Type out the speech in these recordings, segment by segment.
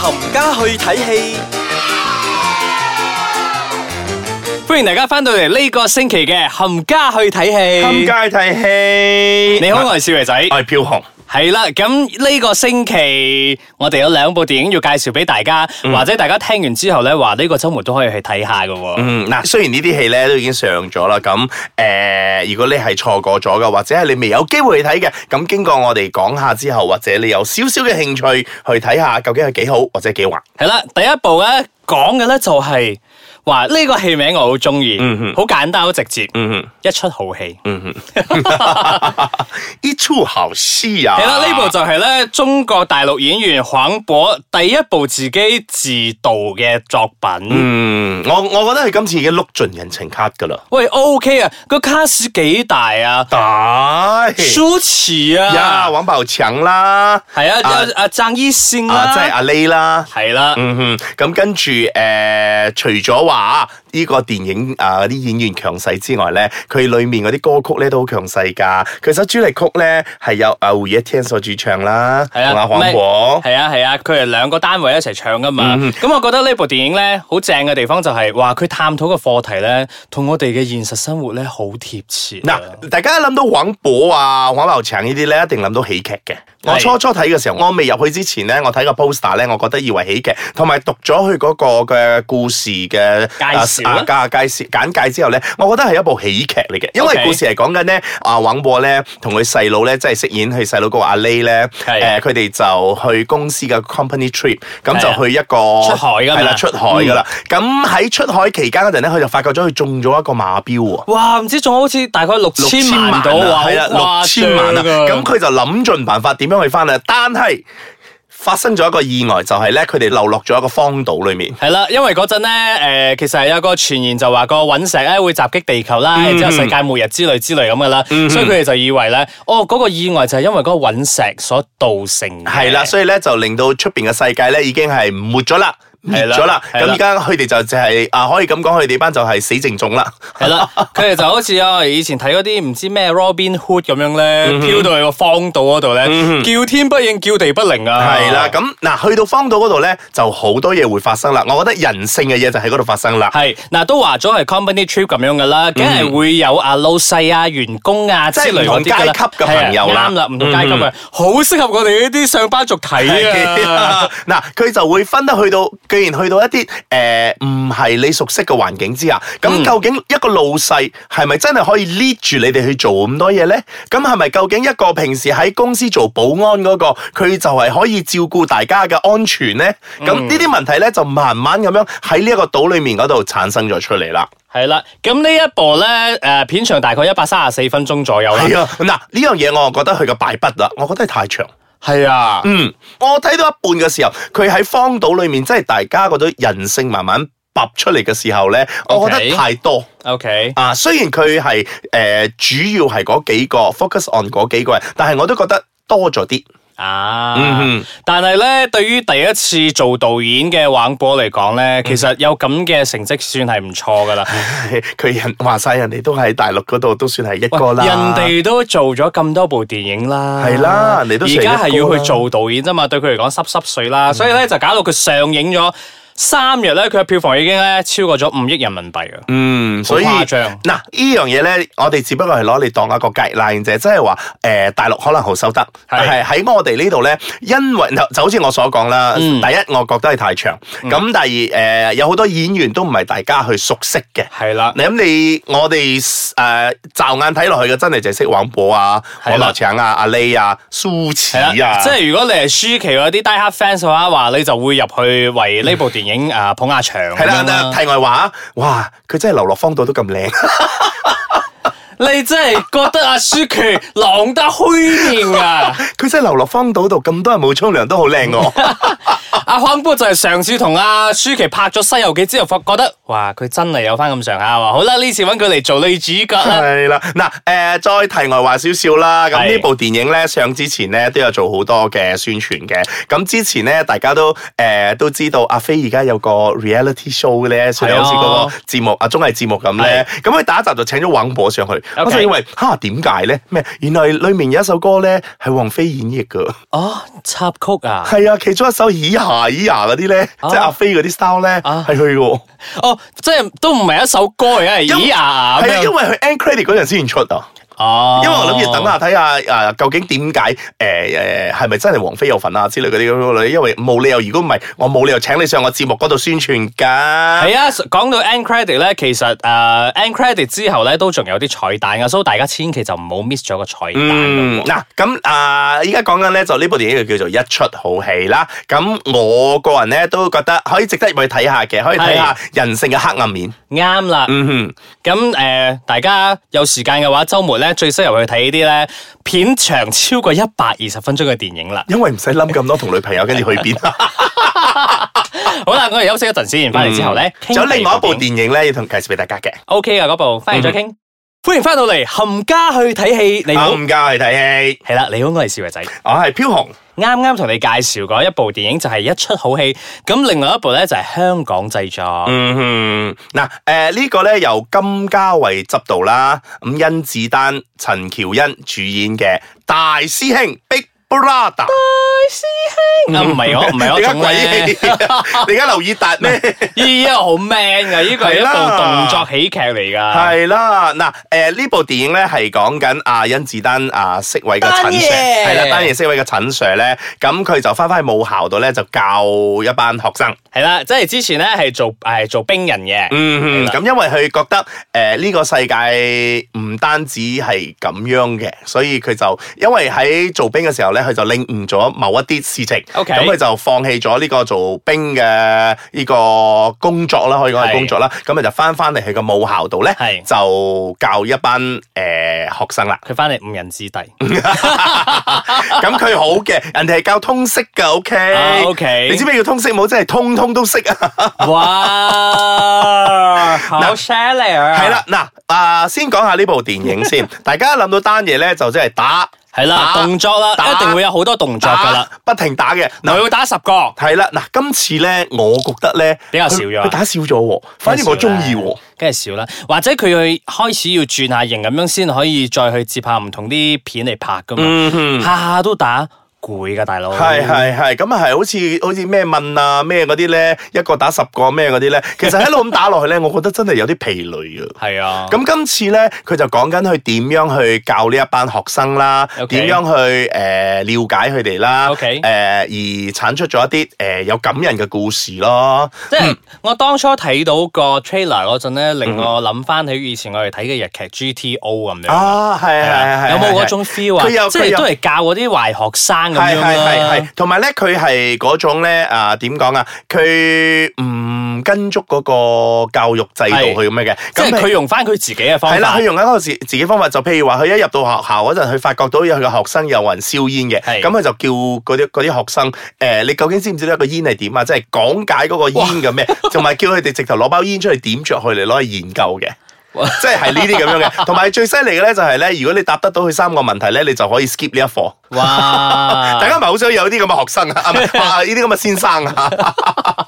冚家去睇戲。欢迎大家翻到嚟呢个星期嘅冚家去睇冚戏。家睇戲，你好，我系少爷仔，我係飄紅。系啦。咁呢个星期我哋有两部电影要介绍俾大家，或者大家听完之后咧，话呢个周末都可以去睇下噶。嗯，嗱，雖然呢啲戲咧都已經上咗啦，咁诶、呃如果你係錯過咗嘅，或者係你未有機會去睇嘅，咁經過我哋講下之後，或者你有少少嘅興趣去睇下，究竟係幾好或者幾滑。系啦，第一部咧讲嘅咧就系话呢个戏名我好中意嗯，好简单好直接，嗯哼，一出好戏。嗯哼， 一出好戲啊！系啦，呢部就係咧中國大陸演員黃渤第一部自己自導嘅作品。嗯，我我覺得佢今次已經碌盡人情卡噶啦，喂，OK 啊，個卡 a 幾大啊，大舒淇哎呀，啊，王寶強啦，係啊，啊有阿鄭伊健啊，即係啦，阿 Lay 啦。係啦，嗯哼，咁跟住誒、呃除咗話呢個電影啊啲、演員強勢之外咧，佢裏面嗰啲歌曲咧都好強勢㗎。佢首主題曲咧係由啊胡一天所主唱啦，係同啊，阿黃渤。係啊係啊，佢哋兩個單位一齊唱噶嘛。哦嗯咁我覺得呢部電影咧好正嘅地方就係哇，佢探討嘅課題咧同我哋嘅現實生活咧好貼切啊。嗱，大家諗到黃渤啊、黃茂祥呢啲咧，一定諗到喜劇嘅。係我初初睇嘅時候，我未入去之前咧，我睇個 poster 咧，我覺得以為喜劇，同埋讀咗佢嗰個嘅故事嘅介紹啊啊啊介介紹簡介之後咧，我覺得係一部喜劇嚟嘅，因 OK 為故事係講緊咧，啊黃渤咧同佢細佬咧，即係飾演佢細佬嗰個阿 Lay 咧，係誒佢哋就去公司嘅 company trip，咁係啊就去一個出海㗎嘛係啦，出海㗎啦。咁喺出海期間嗰陣咧，佢就發覺咗佢中咗一個馬標喎。哇，唔知仲好似大概六六千千萬萬到啊，係啦，好六誇千萬啊！張啊咁佢就諗盡辦法點樣去翻嚟，但係發生咗一個意外，就係咧佢哋流落咗一個荒島裏面。係啦，因為嗰陣咧，诶、其實係有個傳言就話個隕石咧會襲擊地球嗯啦，然之後世界末日之類之類咁噶啦，所以佢哋就以為咧，哦，嗰、個意外就係因為嗰個隕石所造成嘅。係啦，所以咧就令到出邊嘅世界咧已經係沒咗啦。滅係啦咗啦，係咁啦而家佢哋就就係、啊，可以咁講，佢哋班就係死剩種啦。 系啦，佢哋就好似我哋以前睇嗰啲唔知咩 Robin Hood 咁樣嗯咧，飄到去個荒島嗰度咧，叫天不應，叫地不靈啊！係啦，咁嗱，去到荒島嗰度咧，就好多嘢會發生啦。我覺得人性嘅嘢就喺嗰度發生啦。係嗱，都話咗係 company trip 咁樣噶啦，梗係會有啊老細啊、員工啊之嗯即係類嗰啲㗎啦唔同階級嘅朋友啦嗯係啊啱啦，唔同階級嘅，好適合我哋呢啲上班族睇啊！ 嗱，佢就會分得去到，既然去到一啲誒唔係你熟悉嘅環境之下，嗯咁究竟一個老細係咪真係可以 lead 住你哋去做咁多嘢呢？咁係咪究竟一個平時喺公司做保安嗰、個，佢就係可以照顧大家嘅安全呢？咁嗯呢啲問題呢，就慢慢咁樣喺呢一個島裡面嗰度產生咗出嚟啦。係啦，咁呢一部咧，誒、片長大概一百三十四分鐘左右啦。係啊，嗱呢樣嘢我覺得佢嘅敗筆啦，我覺得係太長。係啊，嗯，我睇到一半嘅時候，佢喺荒島裏面，即係大家嗰種人性慢慢拔出嚟嘅時候咧，我覺 OK 得太多 OK，啊。雖然佢係诶主要係嗰幾個 focus on 嗰幾個人，但係我都覺得多咗啲。 啊，嗯但係咧，對於第一次做導演嘅黃渤嚟講咧，其實有咁嘅成績算係唔錯噶啦。佢人話晒人哋都喺大陸嗰度都算係一喂個啦。人哋都做咗咁多部電影啦，係啦人哋都而成日家係要歌去啦做導演啫嘛，對佢嚟講濕濕碎啦，所以咧就搞到佢上映咗三日咧，佢嘅票房已經咧超過咗五億人民幣啊！嗯，所以好誇嗱張呢樣嘢咧，我哋只不過係攞嚟當一個 guideline 啫，即係話誒大陸可能好收得，但係喺我哋呢度咧，因為就好似我所講啦，嗯第一我覺得係太長，咁、第二誒、呃有好多演員都唔係大家去熟悉嘅。係啦。你咁你我哋誒、呃、驟眼睇落去嘅真係就係識黃渤啊、係啦黃立強啊、阿 Lay 啊、蘇系芊啦，啊，即係如果你係舒淇嗰啲 die hard fans 嘅話，話你就會入去為呢部電影啊捧下場咁係樣啦。啦。題外話啊，哇！佢真係流落荒島都咁靚。 你真係覺得阿舒淇浪得虛名 啊！佢真係流落荒島度，咁多人冇沖涼都好靚喎。阿康波就係上次同阿舒淇拍咗《西遊記》之後，發覺得哇，佢真係有翻咁上下喎。好啦，呢次揾佢嚟做女主角啦。 係啦，嗱，诶，再題外話少少啦。咁係呢部電影咧上之前咧都有做好多嘅宣傳嘅。咁之前咧大家都诶、呃都知道阿飛而家有個 reality show 咧，所以係啊好似嗰個節目啊綜藝節目咁咧。咁佢打一集就請咗黃渤上去， OK 我就以為吓點解咧？咩？原來 裡面有一首歌咧係王菲演繹噶，哦，插曲啊，係啊，其中一首《以下》牙咿牙嗰啲咧，即係阿飛嗰啲 style 咧，啊係去嘅。哦，即系都唔係一首歌嚟嘅，因咦啊係咁啊， 因樣。為佢 end credit 嗰陣先出啊。哦，因為我諗住等下睇下啊，究竟點解誒誒係咪真係王菲有份啊之類嗰啲咁嘅女，因為冇理由，如果唔係，我冇理由請你上我節目嗰度宣傳㗎。係啊，講到 end credit 咧，其實誒、呃 end credit 之後咧都仲有啲彩蛋嘅，所以大家千祈就唔好 miss 咗個彩蛋嗯，咁喎。嗱咁啊，依家講緊咧就呢部電影就叫做《一出好戲》啦。咁我個人咧都覺得可以值得入去睇下嘅，可以睇下人性嘅黑暗面。啱啦、嗯哼，咁誒、呃大家有時間嘅話，週末咧最適合去睇呢啲咧片長超過一百二十分鐘嘅電影啦。因為唔使諗咁多同女朋友跟住去邊。啊 好啦，我哋休息一陣先，翻嚟之後咧，仲有另外一部電電影咧要同介紹俾大家嘅， OK 噶嗰部，翻嚟再傾。歡迎翻到嚟，冚家去睇戲，你好啊我，唔教去睇戲，係啦，你好，我係少爺仔。我係飄紅。啱啱同你介紹過一部電影就係一出好戲，咁另外一部咧就係香港製作。嗯哼，嗱，诶呢個咧由金嘉慧執導啦，咁甄子丹、陳喬恩主演嘅《大師兄 Big Brother》。啊，唔係我，唔 係我你而家種鬼 咧。氣，你而家留意達咩？依個好 man 噶，呢個係一係部啦動作喜劇嚟㗎。係啦，嗱，诶呢部電影咧係講緊阿甄子丹啊飾位嘅陳丹爺 Sir，係啦，丹爺飾位嘅陳 Sir 咧，咁佢就翻返去母校度咧就教一班學生。係啦，即係之前咧係做係做兵人嘅。嗯哼，咁因為佢覺得诶呢、個世界唔單止係咁樣嘅，所以佢就因為喺做兵嘅時候咧，佢就領悟咗某一啲事情，咁佢 OK 就放棄咗呢個做兵嘅呢個工作啦，可以講係係工作啦，咁佢就翻翻嚟佢個母校度咧係，就教一班诶、呃、学生 啦。佢翻嚟五人之弟。咁佢好嘅，人哋係教通識噶，OK？、啊，OK 你知咩叫通識冇？真係通通都識啊！哇，好犀利 啊！系啦，，嗱，啊，先講下呢部電影 先。大家諗到單嘢咧，就即係打係啦，打動作啦，打一定會有好多動作打㗎啦。，嗯不停打嘅。我嗱，要打十個。係啦，嗱，今次咧，我覺得咧比較少咗佢佢打少咗喎，反而我中意喎。，梗係少啦。或者佢去開始要轉下型咁樣，先可以再去接下唔同啲片嚟拍噶嘛。嗯哼。下下都打攰噶，大佬。係係係，咁啊係，好似好似咩問啊咩嗰啲咧，一個打十個咩嗰啲咧，其實喺度咁打落去咧，我覺得真係有啲疲累啊。係啊。咁今次咧，佢就講緊佢點樣去教呢一班學生啦，點 OK 樣去誒、呃了解佢哋啦，誒呃 OK 而產出咗一啲誒、呃有感人嘅故事咯。即係我當初睇到個 trailer 嗰陣咧，令我諗翻起以前我哋睇嘅日劇 GTO 咁樣。嗯啊，係係係係，有冇係嗰種 feel 啊？佢有即佢係有都係教嗰啲壞學生咁係樣啊係係係啦。，同埋咧，佢係嗰種咧啊點講啊？佢唔跟足嗰個教育制係度去咁樣嘅，即係咁佢用翻佢自己嘅方係啦，法佢。用緊一個自自己方法，就譬如話，佢一入到學校嗰陣，佢發覺到有佢嘅學生有人燒煙嘅，係咁佢就叫嗰啲嗰啲學生，誒、你究竟知唔知道一個煙係點啊？即係講解嗰個煙 嘅咩，同埋叫佢哋直頭攞包煙出嚟點着佢嚟攞去研究 嘅。即係係呢啲咁樣嘅，同埋最犀利嘅咧就係咧，如果你答得到佢三個問題咧，你就可以 skip 呢一課。哇！ 大家咪好想有啲咁嘅學生 啊，啊唔係啊呢啲咁嘅先生啊，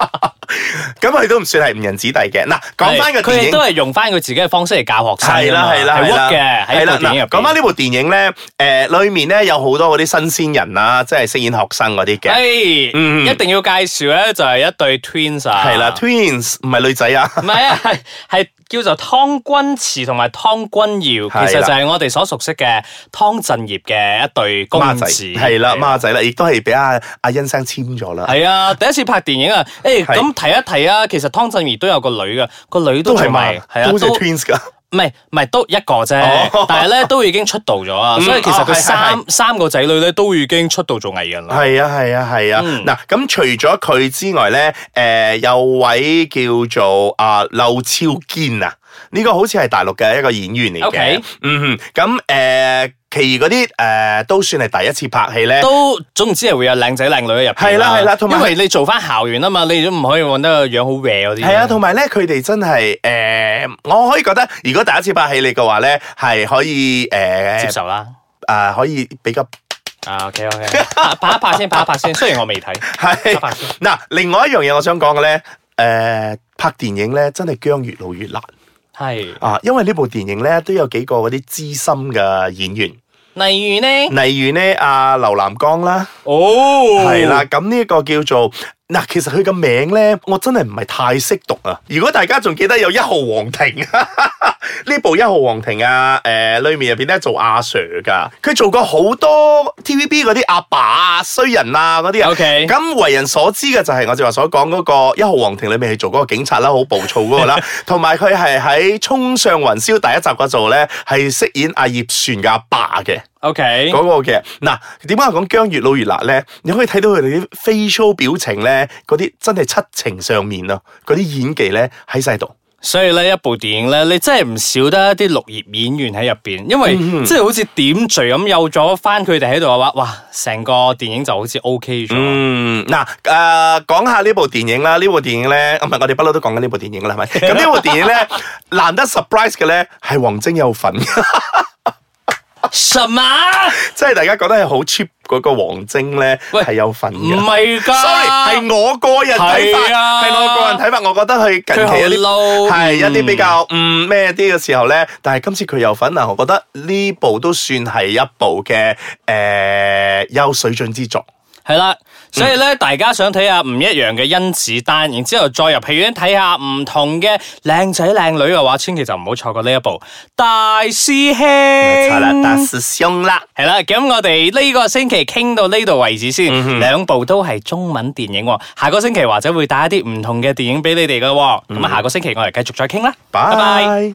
咁佢都唔算係誤人子弟嘅。嗱，講翻個係佢電哋影都。係用翻佢自己嘅方式嚟教學生係㗎啦啊嘛。係啦係係啦 work 嘅喺係啦部電影入邊。嗱講翻呢部電影咧，誒裡面咧有好多嗰啲新鮮人啦，即係飾演學生嗰啲嘅，哎，嗯一定要介紹咧，就係一對 twins 啊，係啦，twins 唔係女仔啊，唔係啊，係係叫做湯君慈同埋湯君瑤，係啦其實就係我哋所熟悉嘅湯鎮業嘅一對公孖仔子，哎係啦，孖仔啦，亦都係俾阿阿欣生簽咗啦，係啊，第一次拍電影啊，誒係咁提一提啊，其實湯鎮業都有個女嘅，個女都都係仲孖係，係啊，都都係唔 twins 噶，係唔係都一個啫哦，但係咧都已經出道咗啊，嗯所以其實哦佢係係三三個仔女咧都已經出道做藝人啦。係啊係啊係啊，嗯嗱咁除咗佢之外咧，誒有位叫做啊劉超堅啊，呢個好似係大陸嘅一個演員嚟 OK 嘅，嗯哼，咁誒其餘嗰啲誒都算係第一次拍戲咧。都總之係會有靚仔靚女喺入邊。係啦係啦同埋因為你做翻校園啊嘛，你都唔可以揾得個樣好 w 嗰啲。係啊，同埋咧，佢哋真係诶、誒我可以覺得，如果第一次拍戲你嘅話咧，係可以诶，接受啦。啊、可以 比較啊，OK OK，拍一 拍先，拍一拍先。雖然我未睇，係一拍先嗱。另外一樣嘢我想講嘅咧，诶、拍電影咧真係姜越老越難係啊，因為呢部電影咧都有幾個嗰啲資深嘅演員，例如呢，例如咧阿、劉南光啦，哦，係啦，咁呢一個叫做嗱，其實佢嘅名咧，我真係唔係太識讀啊！如果大家仲記得有一號皇庭 呢部一號皇庭啊，誒、呃，裏面入邊咧做阿 Sir 噶，佢做過好多 TVB 嗰啲阿爸啊、衰人啊嗰啲啊。 OK 咁為人所知嘅就係我正話所講嗰個一號皇庭裏面去做嗰個警察啦，好暴躁嗰 個啦，同埋佢係喺《衝上雲霄》第一集嗰度咧，係飾演阿葉璇嘅阿爸嘅。 OK，嗰個嘅嗱，點解我講姜越老越辣咧？你可以睇到佢哋啲 facial 表情咧，嗰啲真係七情上面啊，嗰啲演技咧喺晒度。所以呢一部電影咧，你真係唔少得一啲綠葉演員喺入邊，因為嗯即係好似點綴咁，有咗翻佢哋喺度嘅話，哇，成個電影就好似 OK 咗。嗯，嗱，誒講下呢部電影啦，呢部電影咧，唔係我哋不嬲都講緊呢部電影啦，係咪？咁呢部電影咧，難得 surprise 嘅咧係王晶有份， 什麼？即係大家覺得係好 cheap 嗰個王晶咧喂係有份唔嘅。係㗎 sorry，係我個人睇啊係啊法，係我個人睇法，我覺得佢近期有啲佢好嬲係一嗯啲比較嗯咩啲嘅時候咧，但係今次佢有份啊，我覺得呢部都算係一部嘅誒有水準之作。係嗯啦，所以咧，大家想睇下唔一樣嘅甄子丹，然之後再入戲院睇下唔同嘅靚仔靚女嘅話，千祈就唔好錯過呢一部大師兄。冇錯啦，大師兄啦，係啦，咁我哋呢個星期傾到呢度為止先，兩、部都係中文電影喎。下個啊星期或者會帶一啲唔同嘅電影俾你哋嘅喎。咁、下個星期我哋繼續再傾啦，拜拜。拜。